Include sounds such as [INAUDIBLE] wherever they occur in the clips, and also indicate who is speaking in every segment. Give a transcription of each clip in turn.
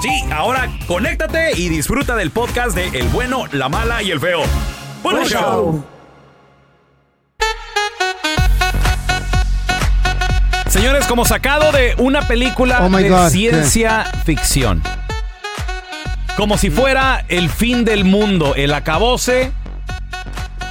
Speaker 1: Sí, ahora conéctate y disfruta del podcast de El bueno, la mala y el feo. Buen
Speaker 2: Buen
Speaker 1: show. Señores, como sacado de una película
Speaker 3: Oh my
Speaker 1: de
Speaker 3: God,
Speaker 1: ciencia ficción. Como si fuera el fin del mundo, el acabose.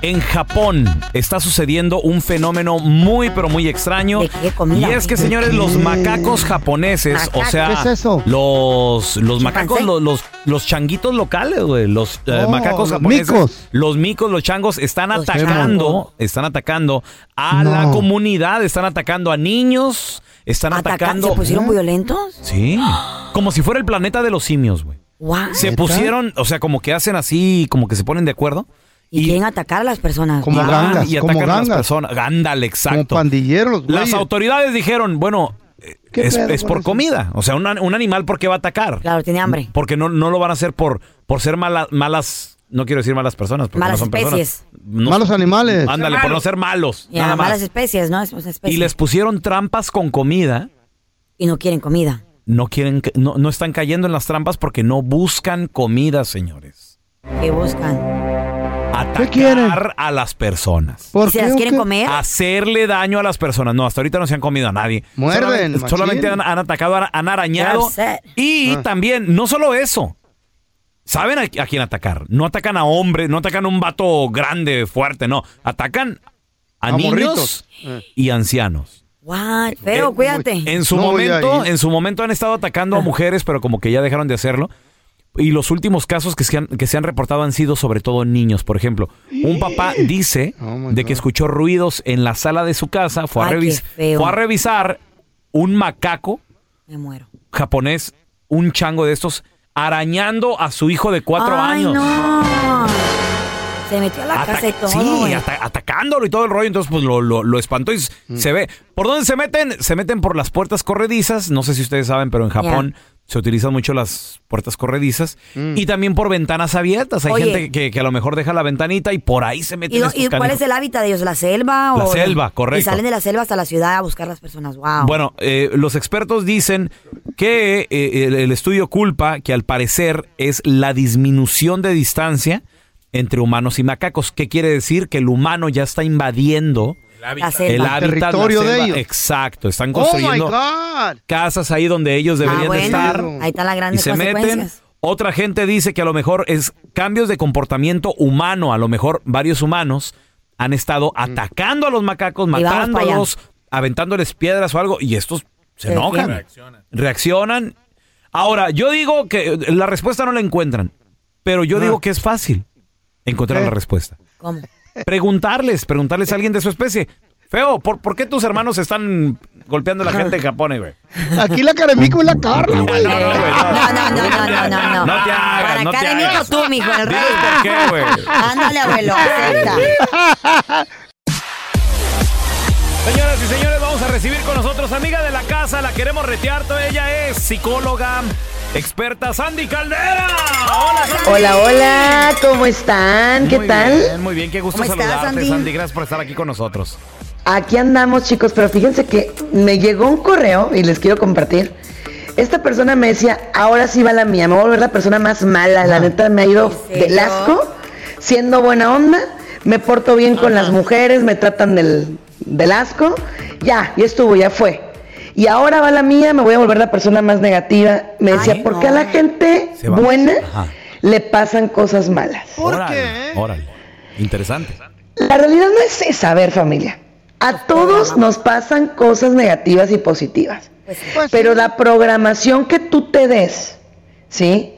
Speaker 1: En Japón está sucediendo un fenómeno muy pero muy extraño.
Speaker 2: ¿De qué comida?
Speaker 1: Y es que, señores, los macacos japoneses, o sea,
Speaker 3: ¿Qué es eso?
Speaker 1: los, los macacos,
Speaker 2: Chimpancé.
Speaker 1: los, los, los changuitos locales, güey, los eh,
Speaker 3: Oh,
Speaker 1: macacos
Speaker 3: los
Speaker 1: japoneses,
Speaker 3: micos.
Speaker 1: los micos, los changos están
Speaker 2: Los changos.
Speaker 1: atacando, están atacando a la
Speaker 3: No.
Speaker 1: comunidad, están atacando a niños, están
Speaker 2: Atacan,
Speaker 1: atacando,
Speaker 2: ¿Se pusieron violentos?
Speaker 1: sí, como si fuera el planeta de los simios, güey.
Speaker 2: Guau.
Speaker 1: Se
Speaker 3: ¿Neta?
Speaker 1: pusieron, o sea, como que hacen así, como que se ponen de acuerdo.
Speaker 2: Y quieren atacar a las personas.
Speaker 3: Como
Speaker 1: y
Speaker 2: Guau.
Speaker 3: la- gangas,
Speaker 1: y
Speaker 3: como
Speaker 1: atacan a las
Speaker 3: gangas.
Speaker 1: personas. Ándale,
Speaker 3: Como
Speaker 1: exacto.
Speaker 3: pandilleros, güey.
Speaker 1: Las autoridades dijeron, bueno, eh,
Speaker 3: ¿Qué
Speaker 1: es,
Speaker 3: pedo
Speaker 1: es
Speaker 3: con
Speaker 1: por
Speaker 3: eso?
Speaker 1: comida. O sea, un, an- un animal, ¿por qué va a atacar?
Speaker 2: Claro, tiene hambre.
Speaker 1: Porque no, no lo van a hacer por, por ser mala- malas, no quiero decir malas personas, porque
Speaker 2: Malas
Speaker 1: no son
Speaker 2: especies.
Speaker 1: personas. No-
Speaker 3: Malos animales.
Speaker 1: Ándale, por no ser malos.
Speaker 2: Ya,
Speaker 1: nada más.
Speaker 2: malas especies, ¿no? Es- es especie.
Speaker 1: Y les pusieron trampas con comida.
Speaker 2: Y no quieren comida.
Speaker 1: No quieren, que- no, no están cayendo en las trampas porque no buscan comida, señores.
Speaker 2: ¿Qué buscan?
Speaker 1: Atacar
Speaker 3: quieren?
Speaker 1: a las personas.
Speaker 3: ¿Por
Speaker 2: ¿Y se
Speaker 3: qué
Speaker 2: las
Speaker 3: o
Speaker 2: quieren
Speaker 3: qué?
Speaker 2: comer?
Speaker 1: Ah. Hacerle daño a las personas. No, hasta ahorita no se han comido a nadie.
Speaker 3: Muerden,
Speaker 1: Solamente, solamente han,
Speaker 3: machín.
Speaker 1: han atacado, han, han
Speaker 2: They're
Speaker 1: arañado.
Speaker 2: upset.
Speaker 1: Y
Speaker 3: Ah.
Speaker 1: también, no solo eso. Saben a, a quién atacar. No atacan a hombres, no atacan a un vato grande, fuerte, no. Atacan a,
Speaker 3: A
Speaker 1: niños
Speaker 3: morritos. Eh.
Speaker 1: y ancianos.
Speaker 2: Guau, Pero
Speaker 1: Eh,
Speaker 2: cuídate.
Speaker 1: En su
Speaker 3: No voy a
Speaker 1: momento,
Speaker 3: ir.
Speaker 1: en su momento han estado atacando a mujeres, pero como que ya dejaron de hacerlo. Y los últimos casos que se han, que se han reportado han sido sobre todo niños. Por ejemplo, un
Speaker 3: [GASPS]
Speaker 1: papá dice
Speaker 3: Oh my
Speaker 1: de que
Speaker 3: God.
Speaker 1: escuchó ruidos en la sala de su casa, fue a,
Speaker 2: Ay, qué
Speaker 1: revis-
Speaker 2: feo.
Speaker 1: fue a revisar un macaco
Speaker 2: Me muero.
Speaker 1: japonés, un chango de estos, arañando a su hijo de cuatro
Speaker 2: Ay,
Speaker 1: años.
Speaker 2: no. Se metió a la
Speaker 1: Ata-
Speaker 2: casa y todo.
Speaker 1: sí,
Speaker 2: güey.
Speaker 1: ata- atacándolo y todo el rollo, entonces pues lo, lo, lo espantó y s- se ve. ¿Por dónde se meten? Se meten por las puertas corredizas, no sé si ustedes saben, pero en Japón se utilizan mucho las puertas corredizas y también por ventanas abiertas. Hay
Speaker 2: Oye.
Speaker 1: gente que, que a lo mejor deja la ventanita y por ahí se
Speaker 2: ¿Y,
Speaker 1: meten.
Speaker 2: no-
Speaker 1: estos
Speaker 2: y cuál
Speaker 1: canijos.
Speaker 2: es el hábitat de ellos? ¿La selva?
Speaker 1: La
Speaker 2: o
Speaker 1: selva, correcto.
Speaker 2: Y salen de la selva hasta la ciudad a buscar las personas. Wow.
Speaker 1: Bueno, eh, los expertos dicen que eh, el, el estudio culpa que al parecer es la disminución de distancia entre humanos y macacos. ¿Qué quiere decir? Que el humano ya está invadiendo
Speaker 2: la selva.
Speaker 1: el hábitat, la
Speaker 3: territorio de
Speaker 1: selva.
Speaker 3: ellos.
Speaker 1: Exacto, están
Speaker 3: Oh my
Speaker 1: construyendo
Speaker 3: God.
Speaker 1: casas ahí donde ellos deberían
Speaker 2: ah, bueno,
Speaker 1: de estar
Speaker 2: Ahí están las
Speaker 1: y
Speaker 2: grandes
Speaker 1: se meten.
Speaker 2: consecuencias.
Speaker 1: Otra gente dice que a lo mejor es cambios de comportamiento humano. A lo mejor varios humanos han estado
Speaker 2: Mm.
Speaker 1: atacando a los macacos,
Speaker 2: vamos para
Speaker 1: matándolos, aventándoles piedras o algo, y estos se
Speaker 2: Se
Speaker 1: enojan.
Speaker 2: defienden.
Speaker 1: Reaccionan. Ahora, yo digo que eh, la respuesta no la encuentran, pero yo
Speaker 3: No.
Speaker 2: Ah.
Speaker 1: digo que es fácil encontrar
Speaker 2: Eh.
Speaker 3: ¿Qué?
Speaker 1: la respuesta.
Speaker 2: ¿Cómo?
Speaker 1: Preguntarles, preguntarles a alguien de su especie. Feo, ¿por, por qué tus hermanos están golpeando a la gente en Japón, eh, güey?
Speaker 3: Aquí la caremico es la Carla, güey.
Speaker 1: Ah, No, güey,
Speaker 2: No, no, no, no, no, no.
Speaker 1: No te hagas,
Speaker 2: Para
Speaker 1: no te
Speaker 2: académico
Speaker 1: hagas.
Speaker 2: tú, mijo, el
Speaker 1: Diles
Speaker 2: rey.
Speaker 1: por qué, güey.
Speaker 2: Ándale, abuelo, acepta.
Speaker 1: Señoras y señores, vamos a recibir con nosotros amiga de la casa, la queremos retear, toda ella es psicóloga, experta Sandy Caldera. Hola, Sandy.
Speaker 4: Hola, hola, ¿cómo están? ¿Qué
Speaker 1: Muy
Speaker 4: tal?
Speaker 1: bien, muy bien, qué gusto
Speaker 2: ¿Cómo estás,
Speaker 1: saludarte, Sandy?
Speaker 2: Sandy?
Speaker 1: Gracias por estar aquí con nosotros.
Speaker 4: Aquí andamos, chicos, pero fíjense que me llegó un correo y les quiero compartir. Esta persona me decía, ahora sí va la mía, me voy a volver la persona más mala,
Speaker 1: Ah.
Speaker 4: la neta me ha ido
Speaker 2: ¿En
Speaker 4: del
Speaker 2: serio?
Speaker 4: asco, siendo buena onda, me porto bien con las mujeres, me tratan del, del asco, ya, ya estuvo, ya fue. Y ahora va la mía, me voy a volver la persona más negativa. Me decía,
Speaker 2: Ay,
Speaker 4: ¿por qué a
Speaker 2: no.
Speaker 4: la gente
Speaker 1: Se va.
Speaker 4: buena
Speaker 1: Ajá.
Speaker 4: le pasan cosas malas?
Speaker 3: ¿Por
Speaker 1: Órale,
Speaker 3: qué?
Speaker 1: Órale, interesante.
Speaker 4: La realidad no es esa, a ver familia. A todos nos pasan cosas negativas y positivas.
Speaker 3: Pues,
Speaker 4: Pero la programación que tú te des, ¿sí?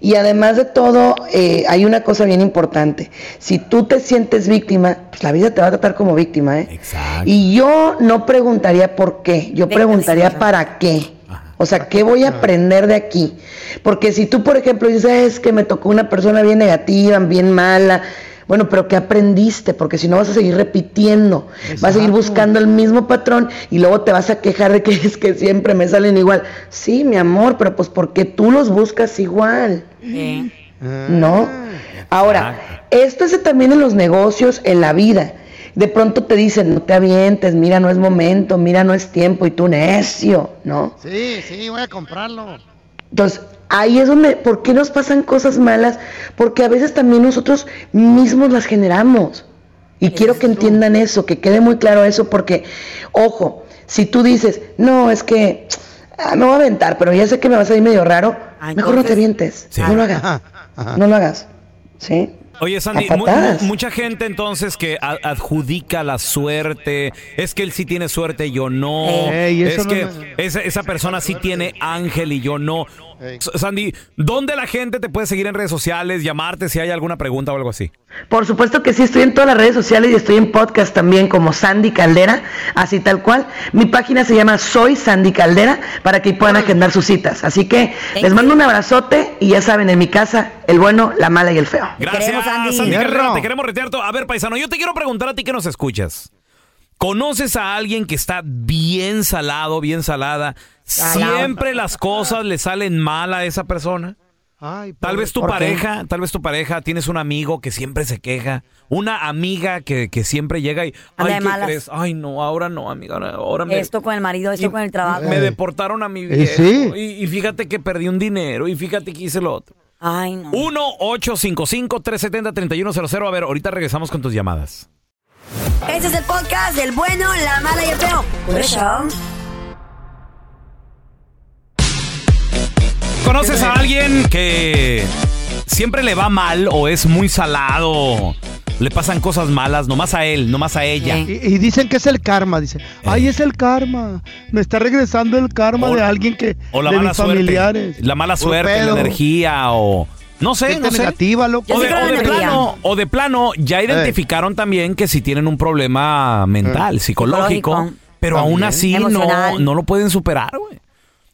Speaker 4: Y además de todo, eh, hay una cosa bien importante. Si tú te sientes víctima, pues la vida te va a tratar como víctima, ¿eh?
Speaker 1: Exacto.
Speaker 4: Y yo no preguntaría por qué, yo
Speaker 2: Venga,
Speaker 4: preguntaría
Speaker 2: señora.
Speaker 4: para qué.
Speaker 1: Ajá.
Speaker 4: O O sea, ¿qué voy a aprender de aquí? Porque si tú, por ejemplo, dices, es que me tocó una persona bien negativa, bien mala, bueno, pero ¿qué aprendiste? Porque si no vas a seguir repitiendo, vas a seguir buscando el mismo patrón y luego te vas a quejar de que [LAUGHS] es que siempre me salen igual. Sí, mi amor, pero pues porque tú los buscas igual. ¿No? Ahora, esto es también en los negocios, en la vida. De pronto te dicen, no te avientes, mira, no es momento, mira, no es tiempo, y tú necio, ¿no?
Speaker 3: Sí, sí, voy a comprarlo.
Speaker 4: Entonces, ahí es donde, ¿por qué nos pasan cosas malas? Porque a veces también nosotros mismos las generamos. Y quiero que entiendan eso, que quede muy claro eso, porque, ojo, si tú dices, no, es que ah, me voy a aventar, pero ya sé que me vas a ir medio raro,
Speaker 2: Ah,
Speaker 4: mejor no
Speaker 2: entonces-
Speaker 4: te avientes,
Speaker 1: Sí.
Speaker 4: no lo hagas, no lo hagas, ¿sí?
Speaker 1: Oye, Sandy,
Speaker 4: A
Speaker 1: mu-
Speaker 4: patadas.
Speaker 1: mu- mucha gente entonces que a- adjudica la suerte. Es que él sí tiene suerte, yo no.
Speaker 3: Ey, eso
Speaker 1: es
Speaker 3: no
Speaker 1: que
Speaker 3: me-
Speaker 1: esa, esa persona sí tiene ángel y yo no. S- Sandy, ¿dónde la gente te puede seguir en redes sociales, llamarte si hay alguna pregunta o algo así?
Speaker 4: Por supuesto que sí, estoy en todas las redes sociales y estoy en podcast también como Sandy Caldera, así tal cual. Mi página se llama Soy Sandy Caldera para que puedan agendar sus citas. Así que les mando un abrazote y ya saben, en mi casa, el bueno, la mala y el feo.
Speaker 1: Gracias,
Speaker 2: queremos, Sandy.
Speaker 1: Sandy Caldera,
Speaker 3: Hierro.
Speaker 1: te queremos retear todo. A ver, paisano, yo te quiero preguntar a ti que nos escuchas. ¿Conoces a alguien que está bien salado, bien salada?
Speaker 2: Salado.
Speaker 1: ¿Siempre las cosas le salen mal a esa persona?
Speaker 3: Ay, pues.
Speaker 1: Tal vez tu
Speaker 4: ¿Por qué?
Speaker 1: pareja, tal vez tu pareja, tienes un amigo que siempre se queja, una amiga que, que siempre llega y,
Speaker 2: Anda
Speaker 1: ay,
Speaker 2: de
Speaker 1: ¿qué
Speaker 2: malas.
Speaker 1: crees? Ay, no, ahora no, amiga, ahora, ahora me...
Speaker 2: Esto con el marido, esto con el trabajo.
Speaker 1: Me deportaron a mi viejo.
Speaker 3: sí.
Speaker 1: y, y fíjate que perdí un dinero y fíjate que hice lo otro.
Speaker 2: Ay, no.
Speaker 1: 1-855-370-3100. A ver, ahorita regresamos con tus llamadas.
Speaker 2: Este es el podcast del bueno, la mala y el feo. Por eso.
Speaker 1: ¿Conoces a alguien que siempre le va mal o es muy salado? Le pasan cosas malas, nomás a él, nomás a ella.
Speaker 2: Sí.
Speaker 3: Y, y dicen que es el karma, dice.
Speaker 1: Eh.
Speaker 3: Ay, es el karma. Me está regresando el karma
Speaker 1: O-
Speaker 3: de alguien que
Speaker 1: O la
Speaker 3: de
Speaker 1: mala
Speaker 3: mis
Speaker 1: suerte.
Speaker 3: familiares.
Speaker 1: La mala
Speaker 3: Puro
Speaker 1: suerte,
Speaker 3: pedo.
Speaker 1: la energía o... No sé,
Speaker 3: Gente
Speaker 1: no sé.
Speaker 3: negativa, loco.
Speaker 2: Yo
Speaker 1: O
Speaker 2: sí
Speaker 1: de,
Speaker 2: creo
Speaker 1: o
Speaker 2: en
Speaker 1: de
Speaker 2: la energía.
Speaker 1: plano, o de plano, ya identificaron también que si tienen un problema mental, psicológico,
Speaker 2: Psicológico.
Speaker 1: pero
Speaker 3: También.
Speaker 1: aún así no,
Speaker 2: Emocional.
Speaker 1: no lo pueden superar, güey.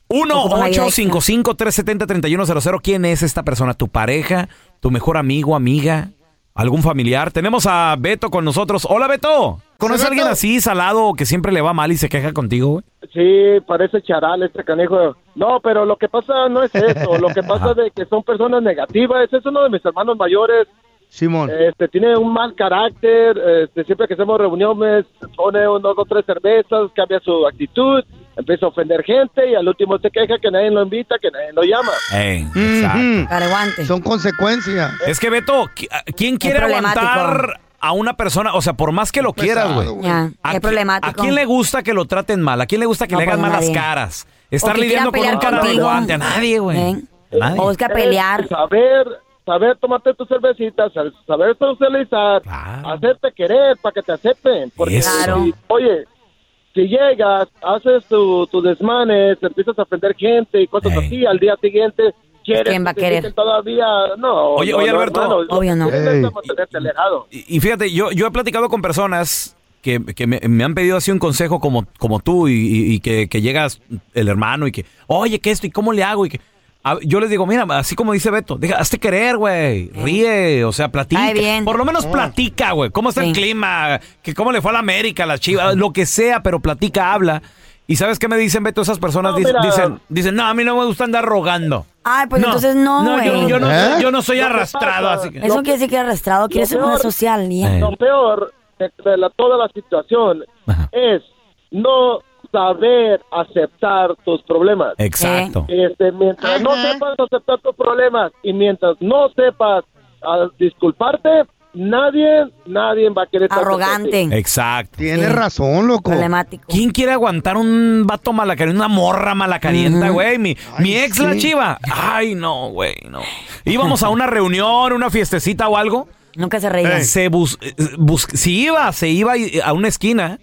Speaker 1: 1
Speaker 2: Ocupan ayuda extra.
Speaker 1: 855 370 3100 ¿Quién es esta persona? ¿Tu pareja? ¿Tu mejor amigo, amiga? ¿Algún familiar? Tenemos a Beto con nosotros. Hola, Beto. ¿Conoces a alguien así, salado, que siempre le va mal y se queja contigo, güey?
Speaker 5: Sí, parece charal este canejo. No, pero lo que pasa no es eso. Lo que pasa de que son personas negativas. Es uno de mis hermanos mayores.
Speaker 3: Simón.
Speaker 5: Este, tiene un mal carácter. Este, siempre que hacemos reuniones, pone uno, dos, tres cervezas, cambia su actitud, empieza a ofender gente y al último se queja que nadie lo invita, que nadie lo llama.
Speaker 1: Ey, Eh, exacto.
Speaker 3: Ujú.
Speaker 2: Careguante.
Speaker 3: Son consecuencias.
Speaker 1: Es que Beto, qui- a- ¿quién quiere
Speaker 2: problemático.
Speaker 1: aguantar a una persona? O sea, por más que lo quieras,
Speaker 3: pesado,
Speaker 1: güey.
Speaker 3: güey.
Speaker 2: Ya,
Speaker 1: ¿A
Speaker 2: es
Speaker 1: qui-
Speaker 2: problemático.
Speaker 1: ¿A quién le gusta que lo traten mal? ¿A quién le gusta que
Speaker 2: No,
Speaker 1: le hagan
Speaker 2: pues,
Speaker 1: malas
Speaker 2: nadie.
Speaker 1: caras? Estar
Speaker 2: O que
Speaker 1: lidiando con
Speaker 2: quieran
Speaker 1: un
Speaker 2: pelear
Speaker 1: cara de
Speaker 2: contigo.
Speaker 1: guante. A nadie, güey.
Speaker 2: Ven.
Speaker 1: A nadie.
Speaker 2: O es que a pelear.
Speaker 5: Es Saber, saber tomarte tus cervecitas, sal- saber socializar,
Speaker 1: Claro.
Speaker 5: hacerte querer para que te acepten. Porque
Speaker 1: Eso.
Speaker 2: Claro.
Speaker 5: si- oye, si llegas, haces tu- tus desmanes, empiezas a ofender gente y cosas
Speaker 1: Ey.
Speaker 5: así, al día siguiente quieres
Speaker 2: ¿Quién va a
Speaker 5: que te
Speaker 2: querer?
Speaker 5: inviten todavía no
Speaker 1: Oye,
Speaker 5: no,
Speaker 1: oye,
Speaker 5: no,
Speaker 1: Alberto.
Speaker 5: hermano, lo
Speaker 2: Obvio no.
Speaker 5: que tienes que
Speaker 3: Ey.
Speaker 5: mantenerte alejado
Speaker 1: Y, y fíjate, yo, yo he platicado con personas que, que me, me han pedido así un consejo como, como tú y, y- y que, que llegas el hermano y que, oye, ¿qué esto? ¿Y cómo le hago? Y que, a- yo les digo, mira, así como dice Beto, deja, hazte querer, güey. Ríe, o sea, platica.
Speaker 2: Ay, bien. Oh.
Speaker 1: Por lo menos platica, güey. ¿Cómo está el
Speaker 2: Sí.
Speaker 1: clima? Que ¿Cómo le fue a la América, a las chivas? Lo que sea, pero platica, habla. ¿Y sabes qué me dicen, Beto? Esas personas
Speaker 5: No,
Speaker 1: dicen,
Speaker 5: mira.
Speaker 1: dicen, dicen, no, a mí no me gusta andar rogando.
Speaker 2: Ay, pues entonces no,
Speaker 1: No, yo,
Speaker 2: güey.
Speaker 1: yo no,
Speaker 3: ¿Eh?
Speaker 1: yo no soy
Speaker 5: Lo que
Speaker 1: arrastrado,
Speaker 5: pasa-
Speaker 1: así que...
Speaker 2: Eso quiere decir que eres arrastrado, quieres ser una
Speaker 5: peor-
Speaker 2: social, niña.
Speaker 1: Eh.
Speaker 5: lo peor de, de la- toda la situación
Speaker 1: Ajá.
Speaker 5: es no saber aceptar tus problemas
Speaker 1: Exacto.
Speaker 5: Este, mientras no
Speaker 3: Ajá.
Speaker 5: sepas aceptar tus problemas y mientras no sepas ah, disculparte, nadie, nadie va a querer estar junto a ti.
Speaker 2: Arrogante,
Speaker 1: Eh, Exacto.
Speaker 3: Tienes
Speaker 2: Sí.
Speaker 3: razón, loco.
Speaker 2: problemático.
Speaker 1: ¿Quién quiere aguantar un vato malacariento, una morra malacarienta, güey? Mi, mi ex la
Speaker 3: sí.
Speaker 1: chiva. Ay, no, güey, no. Íbamos a una reunión, una fiestecita o algo.
Speaker 2: Nunca se reía.
Speaker 1: Se bus eh, bus- si iba, se iba y- eh, a una esquina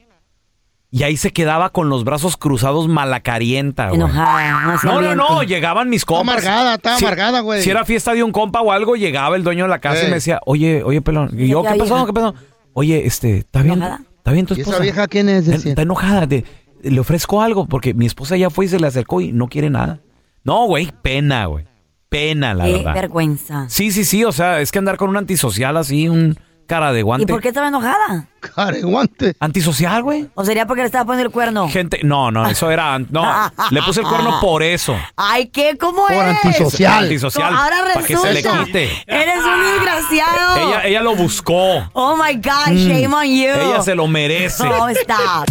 Speaker 1: y ahí se quedaba con los brazos cruzados malacarienta, güey.
Speaker 2: Enojada. No, hacía
Speaker 1: No, no, no,
Speaker 2: ambiente.
Speaker 1: llegaban mis compas.
Speaker 3: amargada, está amargada, güey.
Speaker 1: Si era fiesta de un compa o algo, llegaba el dueño de la casa y
Speaker 3: Ey.
Speaker 1: me decía, oye, oye, pelón. Y yo,
Speaker 2: Ya, ya,
Speaker 1: ¿qué pasó?
Speaker 2: ya.
Speaker 1: ¿Qué pasó? Oye, este, ¿está bien?
Speaker 2: Enojada.
Speaker 1: ¿Está bien tu
Speaker 3: ¿Y
Speaker 1: esposa?
Speaker 3: esa vieja quién es?
Speaker 1: Está,
Speaker 3: Decía.
Speaker 1: está enojada. te- le ofrezco algo porque mi esposa ya fue y se le acercó y no quiere nada. No, güey, pena, güey. Pena, la
Speaker 2: Qué
Speaker 1: verdad.
Speaker 2: vergüenza.
Speaker 1: Sí, sí, sí, o sea, es que andar con un antisocial así, un cara de guante.
Speaker 2: ¿Y por qué estaba enojada?
Speaker 3: Careguante.
Speaker 1: Antisocial, güey.
Speaker 2: ¿O sería porque le estaba poniendo el cuerno?
Speaker 1: Gente, no, no, eso era, an- no, le puse el cuerno por eso.
Speaker 2: Ay, ¿qué? ¿Cómo
Speaker 3: Por
Speaker 2: es?
Speaker 3: antisocial.
Speaker 1: Antisocial.
Speaker 2: Ahora
Speaker 1: Para que se le
Speaker 2: resulta.
Speaker 1: quite.
Speaker 2: Eres un desgraciado.
Speaker 1: Ella, ella lo buscó.
Speaker 2: Oh my God, shame on you.
Speaker 1: Ella se lo merece.
Speaker 2: No, stop.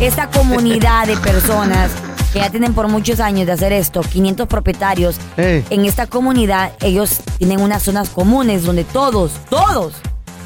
Speaker 2: Esta comunidad de personas que ya tienen por muchos años de hacer esto, 500 propietarios,
Speaker 3: Ey.
Speaker 2: en esta comunidad ellos tienen unas zonas comunes donde todos, todos,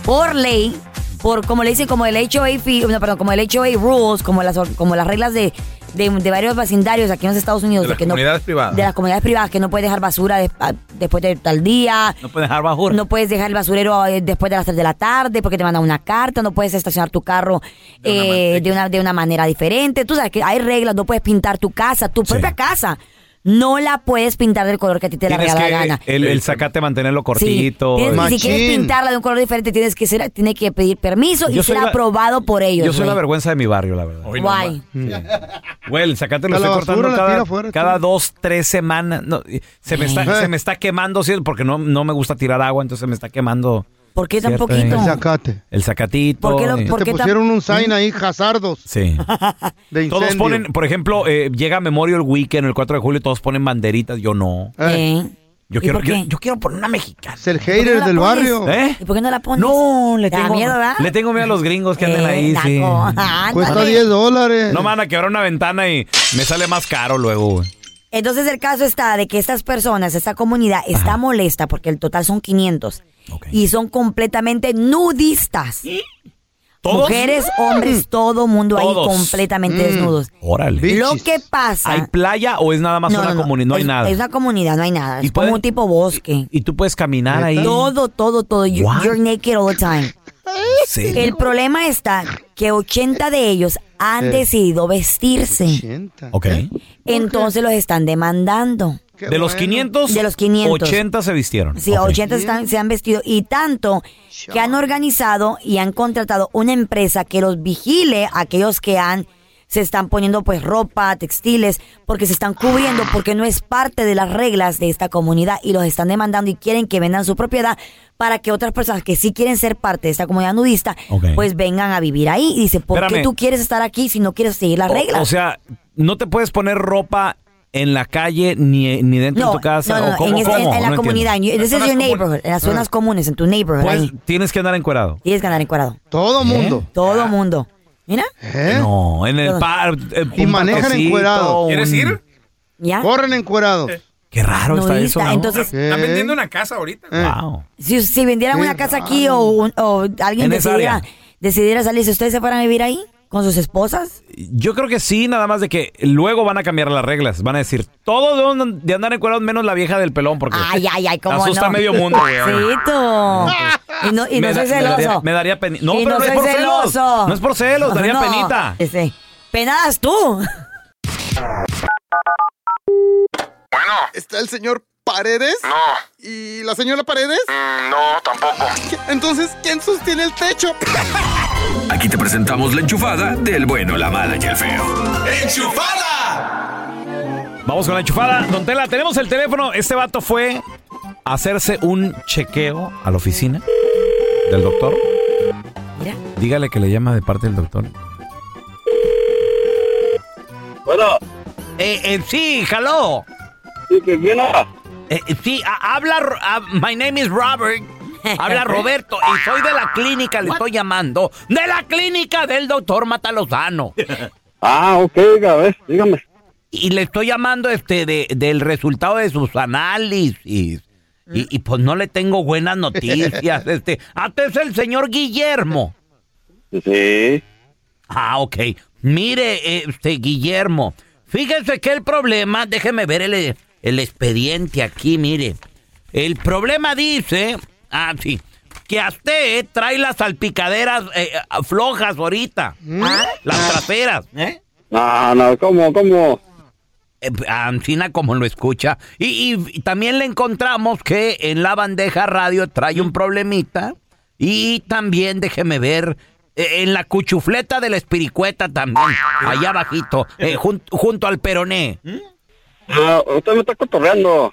Speaker 2: por ley, por como le dicen, como el HOA, fee- no, perdón, como el HOA rules, como las, or- como las reglas de, de- de varios vecindarios aquí en los Estados Unidos.
Speaker 6: De las
Speaker 2: que no-
Speaker 6: comunidades privadas.
Speaker 2: De las comunidades privadas, que no puedes dejar basura de- a- después de tal día,
Speaker 1: No puede dejar bajura.
Speaker 2: no puedes dejar el basurero eh, después de las 3 de la tarde porque te mandan una carta, no puedes estacionar tu carro eh, de, una, de una manera diferente. Tú sabes que hay reglas, no puedes pintar tu casa, tu propia casa. No la puedes pintar del color que a ti te la
Speaker 1: Tienes
Speaker 2: regala la gana.
Speaker 1: que el, el sacate mantenerlo cortito.
Speaker 2: Sí, tienes- si
Speaker 3: Machín.
Speaker 2: quieres pintarla de un color diferente, tienes que ser, tiene que pedir permiso y
Speaker 1: Yo soy
Speaker 2: ser
Speaker 1: la-
Speaker 2: aprobado por ellos.
Speaker 1: Yo soy la
Speaker 2: güey.
Speaker 1: vergüenza de mi barrio, la verdad.
Speaker 6: Hoy no
Speaker 2: Guay.
Speaker 6: más.
Speaker 1: Güey, el sacate lo
Speaker 3: A la
Speaker 1: estoy
Speaker 3: basura
Speaker 1: cortando
Speaker 3: la
Speaker 1: cada,
Speaker 3: tira afuera,
Speaker 1: cada
Speaker 3: tira.
Speaker 1: dos, tres semanas. No, y se, me está,
Speaker 3: Eh.
Speaker 1: se me está quemando, sí, porque no, no me gusta tirar agua, entonces se me está quemando
Speaker 2: Mm. ¿Por qué tan
Speaker 1: Cierto,
Speaker 2: poquito?
Speaker 1: eh.
Speaker 3: Sacate.
Speaker 1: el sacatito.
Speaker 2: ¿Por qué lo-
Speaker 1: y-
Speaker 2: por-
Speaker 3: Te
Speaker 2: qué tan- ¿Mm?
Speaker 3: pusieron un sign ahí, hazardos
Speaker 1: Sí.
Speaker 3: de incendio.
Speaker 1: Todos ponen, por ejemplo, eh, llega Memorial Weekend el 4 de julio, todos ponen banderitas. Yo no.
Speaker 3: Eh,
Speaker 2: Eh.
Speaker 1: Yo
Speaker 2: ¿Y
Speaker 1: quiero,
Speaker 2: por qué?
Speaker 1: yo, yo quiero poner una mexicana.
Speaker 3: es el
Speaker 2: ¿Por qué no
Speaker 3: hater
Speaker 2: la
Speaker 3: del
Speaker 2: pones?
Speaker 3: barrio.
Speaker 1: ¿Eh?
Speaker 2: ¿Y por qué no la pones?
Speaker 1: No, le
Speaker 2: Te da
Speaker 1: tengo
Speaker 2: miedo, ¿verdad?
Speaker 1: Le tengo miedo a los gringos que andan
Speaker 2: Eh,
Speaker 1: ahí,
Speaker 2: [LAUGHS]
Speaker 1: sí.
Speaker 2: naco. Ándale.
Speaker 3: Cuesta 10 dólares.
Speaker 1: No me van a quebrar una ventana y me sale más caro luego, güey.
Speaker 2: Entonces el caso está de que estas personas, esta comunidad está molesta porque el total son 500
Speaker 1: Ok.
Speaker 2: y son completamente nudistas.
Speaker 1: ¿Todos?
Speaker 2: Mujeres, hombres, todo mundo
Speaker 1: Mm. Todos.
Speaker 2: ahí completamente desnudos.
Speaker 1: Órale.
Speaker 3: Bichis.
Speaker 2: Lo que pasa...
Speaker 1: ¿Hay playa o es nada más
Speaker 2: No,
Speaker 1: una
Speaker 2: no, no,
Speaker 1: comunidad? No hay
Speaker 2: es-
Speaker 1: nada.
Speaker 2: Es una comunidad, no hay nada.
Speaker 1: ¿Y
Speaker 2: Es como
Speaker 1: pueden-
Speaker 2: un tipo bosque.
Speaker 1: Y tú puedes caminar ahí.
Speaker 2: Todo, todo, todo. You-
Speaker 1: What?
Speaker 2: You're naked all the time.
Speaker 1: ¿En serio?
Speaker 2: El problema está que 80 de ellos han
Speaker 3: Eh.
Speaker 2: decidido vestirse.
Speaker 3: 80.
Speaker 1: Ok.
Speaker 2: ¿Eh? Entonces los están demandando.
Speaker 3: Eh, Qué
Speaker 1: de los
Speaker 3: bueno.
Speaker 1: 500,
Speaker 2: De los 500.
Speaker 1: 80 se vistieron.
Speaker 2: Sí,
Speaker 1: Ok.
Speaker 2: 80 están- se han vestido y tanto que han organizado y han contratado una empresa que los vigile a aquellos que han se están poniendo pues ropa, textiles, porque se están cubriendo, porque no es parte de las reglas de esta comunidad y los están demandando y quieren que vendan su propiedad para que otras personas que sí quieren ser parte de esta comunidad nudista,
Speaker 1: Ok.
Speaker 2: pues vengan a vivir ahí. Y dice, ¿por
Speaker 1: Espérame.
Speaker 2: qué tú quieres estar aquí si no quieres seguir las
Speaker 1: O-
Speaker 2: reglas?
Speaker 1: O, sea, no te puedes poner ropa en la calle ni, ni dentro de tu casa.
Speaker 2: no,
Speaker 1: ¿o
Speaker 2: no,
Speaker 1: cómo,
Speaker 2: en, este- en-
Speaker 1: cómo?
Speaker 2: en la
Speaker 1: No
Speaker 2: comunidad, en,
Speaker 1: entiendo.
Speaker 2: this is
Speaker 6: zonas
Speaker 2: your
Speaker 6: comunes.
Speaker 2: neighborhood, en las zonas comunes, en tu neighborhood.
Speaker 1: Ah. Pues
Speaker 2: ahí.
Speaker 1: tienes que andar encuerado.
Speaker 2: Tienes que andar encuadrado.
Speaker 7: ¿Eh?
Speaker 3: Todo mundo.
Speaker 2: Todo mundo. Mira,
Speaker 3: ¿Eh?
Speaker 1: No, en el
Speaker 2: Todos.
Speaker 1: par. eh,
Speaker 3: Y
Speaker 1: un
Speaker 3: manejan
Speaker 1: parquecito,
Speaker 3: encuerado.
Speaker 1: un-
Speaker 6: ¿Quieres ir?
Speaker 2: ya.
Speaker 3: Corren encuerados.
Speaker 8: Eh,
Speaker 1: Qué raro está eso.
Speaker 2: Nudista.
Speaker 1: ¿no? Ah,
Speaker 2: Entonces,
Speaker 3: ¿Qué?
Speaker 6: Están vendiendo una casa ahorita.
Speaker 3: Eh.
Speaker 7: Ah.
Speaker 1: Wow.
Speaker 2: si, si vendieran
Speaker 3: Qué
Speaker 2: una casa aquí o, un- o alguien
Speaker 1: En esa
Speaker 2: decidiera,
Speaker 1: área.
Speaker 2: decidiera salirse, ¿ustedes se fueran a vivir ahí? ¿Con sus esposas?
Speaker 1: Yo creo que sí, nada más de que luego van a cambiar las reglas. Van a decir, todo de, un- de andar encuerados menos la vieja del pelón, porque
Speaker 2: Ay, ay, ay, cómo
Speaker 1: asusta
Speaker 2: no.
Speaker 1: a medio
Speaker 2: [LAUGHS]
Speaker 1: mundo. güey.
Speaker 2: Sí, tú. Y no, y no
Speaker 1: Me da-
Speaker 2: soy
Speaker 1: me daría-
Speaker 2: celoso.
Speaker 1: me daría peni- No,
Speaker 2: Y
Speaker 1: pero no es
Speaker 2: soy
Speaker 1: por celos.
Speaker 2: celoso.
Speaker 1: No es por celos, daría
Speaker 2: No,
Speaker 1: penita.
Speaker 2: ese. Penadas tú. [LAUGHS]
Speaker 8: ¿Está el señor Paredes? No. ¿Y la señora Paredes? no, tampoco. Entonces, ¿quién sostiene el techo?
Speaker 9: Aquí te presentamos la enchufada del bueno, la mala y el feo.
Speaker 1: Vamos con la enchufada. Don Tela, tenemos el teléfono. Este vato fue a hacerse un chequeo a la oficina del doctor.
Speaker 2: Mira.
Speaker 1: Dígale que le llama de parte del doctor.
Speaker 5: Bueno,
Speaker 1: Eh, eh, sí, hello.
Speaker 5: sí, pues, que bien.
Speaker 1: Eh, eh, sí, a- habla. Ro- a- my name is Robert.
Speaker 5: [LAUGHS]
Speaker 1: Habla Roberto y soy de la clínica, le estoy llamando. De la clínica del doctor Matalozano.
Speaker 5: Ah, ok, a ver, dígame.
Speaker 1: Y le estoy llamando este de, del resultado de sus análisis. Y, y, pues no le tengo buenas
Speaker 5: [LAUGHS]
Speaker 1: noticias. Este, hasta es el señor Guillermo.
Speaker 5: Sí.
Speaker 1: Ah, ok. Mire, este Guillermo, fíjese que el problema, déjeme ver el, el expediente aquí, mire. El problema dice, ah, sí, que a usted trae las salpicaderas eh, flojas ahorita, las traseras, ¿eh?
Speaker 5: No, no, ¿cómo, cómo?
Speaker 1: Eh, Ancina como lo escucha. Y, y- y también le encontramos que en la bandeja radio trae un problemita. Y también, déjeme ver,
Speaker 7: eh, en la cuchufleta de la espiricueta también, allá abajito, eh, jun- junto al peroné.
Speaker 6: Ah, usted me está cotorreando.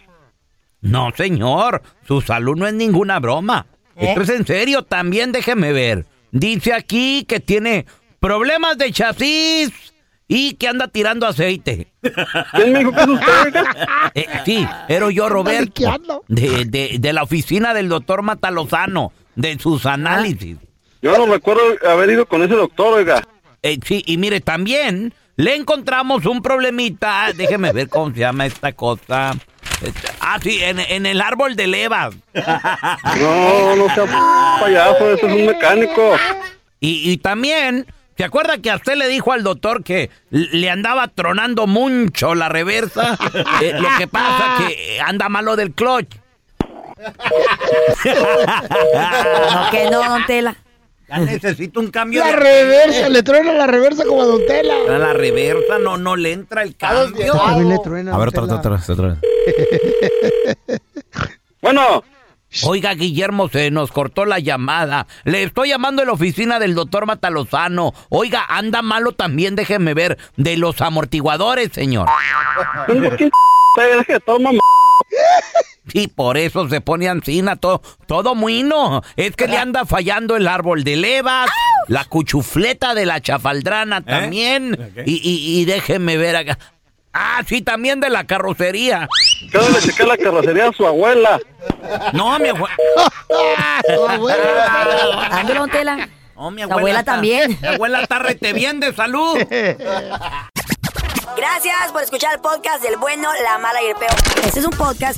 Speaker 7: No, señor, su salud no es ninguna broma. Esto es en serio, también déjeme ver. Dice aquí que tiene problemas de chasis y que anda tirando aceite.
Speaker 6: ¿Quién me dijo que es usted, oiga?
Speaker 7: Eh, sí, era yo, Roberto, de, de- de la oficina del doctor Matalozano, de sus análisis.
Speaker 6: Yo no recuerdo haber ido con ese doctor, oiga.
Speaker 7: Eh, sí, y mire, también le encontramos un problemita. Ah, Déjeme ver cómo se llama esta cosa. Este, ah, sí, en, en el árbol de levas.
Speaker 6: No, no sea payaso, eso es un mecánico.
Speaker 7: Y, y también, ¿se acuerda que a usted le dijo al doctor que l- le andaba tronando mucho la reversa? Eh, lo que pasa que eh, anda malo del clutch.
Speaker 2: No, que no, don Tela.
Speaker 7: Ya necesito un cambio
Speaker 5: La
Speaker 7: de- Eh.
Speaker 5: reversa, le truena la reversa como a Don Tela.
Speaker 7: A la reversa no, no le entra el cambio.
Speaker 5: También le truena.
Speaker 7: A ver,
Speaker 5: Don
Speaker 7: otra,
Speaker 5: Tela.
Speaker 7: otra, otra, otra.
Speaker 6: Bueno,
Speaker 7: Oiga, Guillermo, se nos cortó la llamada. Le estoy llamando de la oficina del doctor Matalozano. Oiga, anda malo también, déjeme ver, de los amortiguadores, señor.
Speaker 6: tengo que deje de todo mamá.
Speaker 7: Sí, por eso se pone ansina, todo, todo muino. Es que le anda fallando el árbol de levas, la cuchufleta de la chafaldrana también. Y, y- y déjeme ver acá. Ah, sí, también de la carrocería.
Speaker 6: Acaba de checar la carrocería a su abuela.
Speaker 7: No, mi abuela.
Speaker 2: Ande, don Tela.
Speaker 7: [LAUGHS] No, mi
Speaker 2: La
Speaker 7: abuela.
Speaker 2: abuela
Speaker 7: está-
Speaker 2: también.
Speaker 7: Mi abuela está rete bien de salud.
Speaker 2: Gracias por escuchar el podcast del bueno, la mala y el peor. Este es un podcast